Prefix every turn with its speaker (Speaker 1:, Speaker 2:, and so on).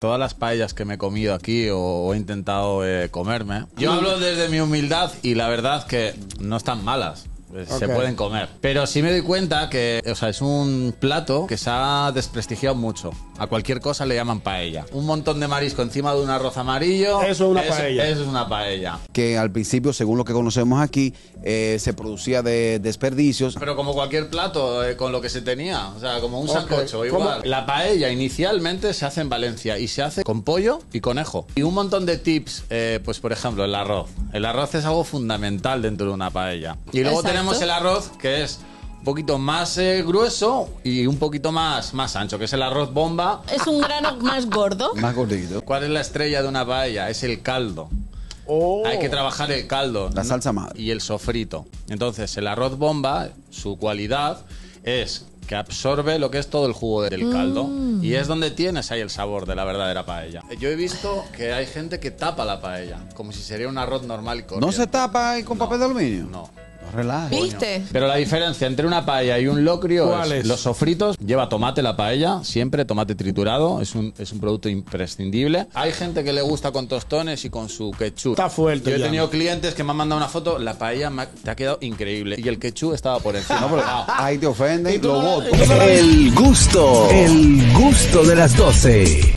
Speaker 1: todas las paellas que me he comido aquí o, o he intentado eh, comerme. Yo hablo desde mi humildad y la verdad que no están malas. eh, Se
Speaker 2: Ok.
Speaker 1: pueden comer. Pero sí me doy cuenta que o sea, es un plato que se ha desprestigiado mucho. A cualquier cosa le llaman paella. Un montón de marisco encima de un arroz amarillo.
Speaker 2: Eso es una paella.
Speaker 1: Eso es una paella.
Speaker 3: que al principio, según lo que conocemos aquí, eh, se producía de desperdicios.
Speaker 1: Pero como cualquier plato, eh, con lo que se tenía. O sea, como un
Speaker 2: Ok.
Speaker 1: sancocho,
Speaker 2: ¿Cómo?
Speaker 1: igual. La paella inicialmente se hace en Valencia y se hace con pollo y conejo. Y un montón de tips, eh, pues por ejemplo, el arroz. El arroz es algo fundamental dentro de una paella. Y luego
Speaker 4: Exacto.
Speaker 1: tenemos el arroz que es un poquito más eh, grueso y un poquito más, más ancho, que es el arroz bomba.
Speaker 4: Es un grano más gordo.
Speaker 3: Más gordito.
Speaker 1: ¿Cuál es la estrella de una paella? Es el caldo.
Speaker 2: Oh.
Speaker 1: Hay que trabajar el caldo.
Speaker 3: La
Speaker 1: ¿no?
Speaker 3: salsa madre.
Speaker 1: Y el sofrito. Entonces, el arroz bomba, su cualidad es que absorbe lo que es todo el jugo del caldo. Y es donde tienes ahí el sabor de la verdadera paella. Yo he visto que hay gente que tapa la paella, como si sería un arroz normal y corriente.
Speaker 3: ¿No se tapa ahí con papel de aluminio?
Speaker 1: No.
Speaker 3: No relajes.
Speaker 4: ¿Viste?
Speaker 1: Pero la diferencia entre una paella y un locrio
Speaker 2: ¿Cuál
Speaker 1: es,
Speaker 2: es?
Speaker 1: los sofritos lleva tomate la paella, siempre tomate triturado, es un, es un producto imprescindible. Hay gente que le gusta con tostones y con su ketchup.
Speaker 2: Está fuerte
Speaker 1: Yo he
Speaker 2: ya.
Speaker 1: tenido clientes que me han mandado una foto, la paella me ha- te ha quedado increíble y el ketchup estaba por encima.
Speaker 3: No, pero
Speaker 1: Ah,
Speaker 3: ahí te ofenden,
Speaker 2: tú
Speaker 3: lo
Speaker 2: no la-
Speaker 3: voto.
Speaker 5: El gusto, el gusto de las 12.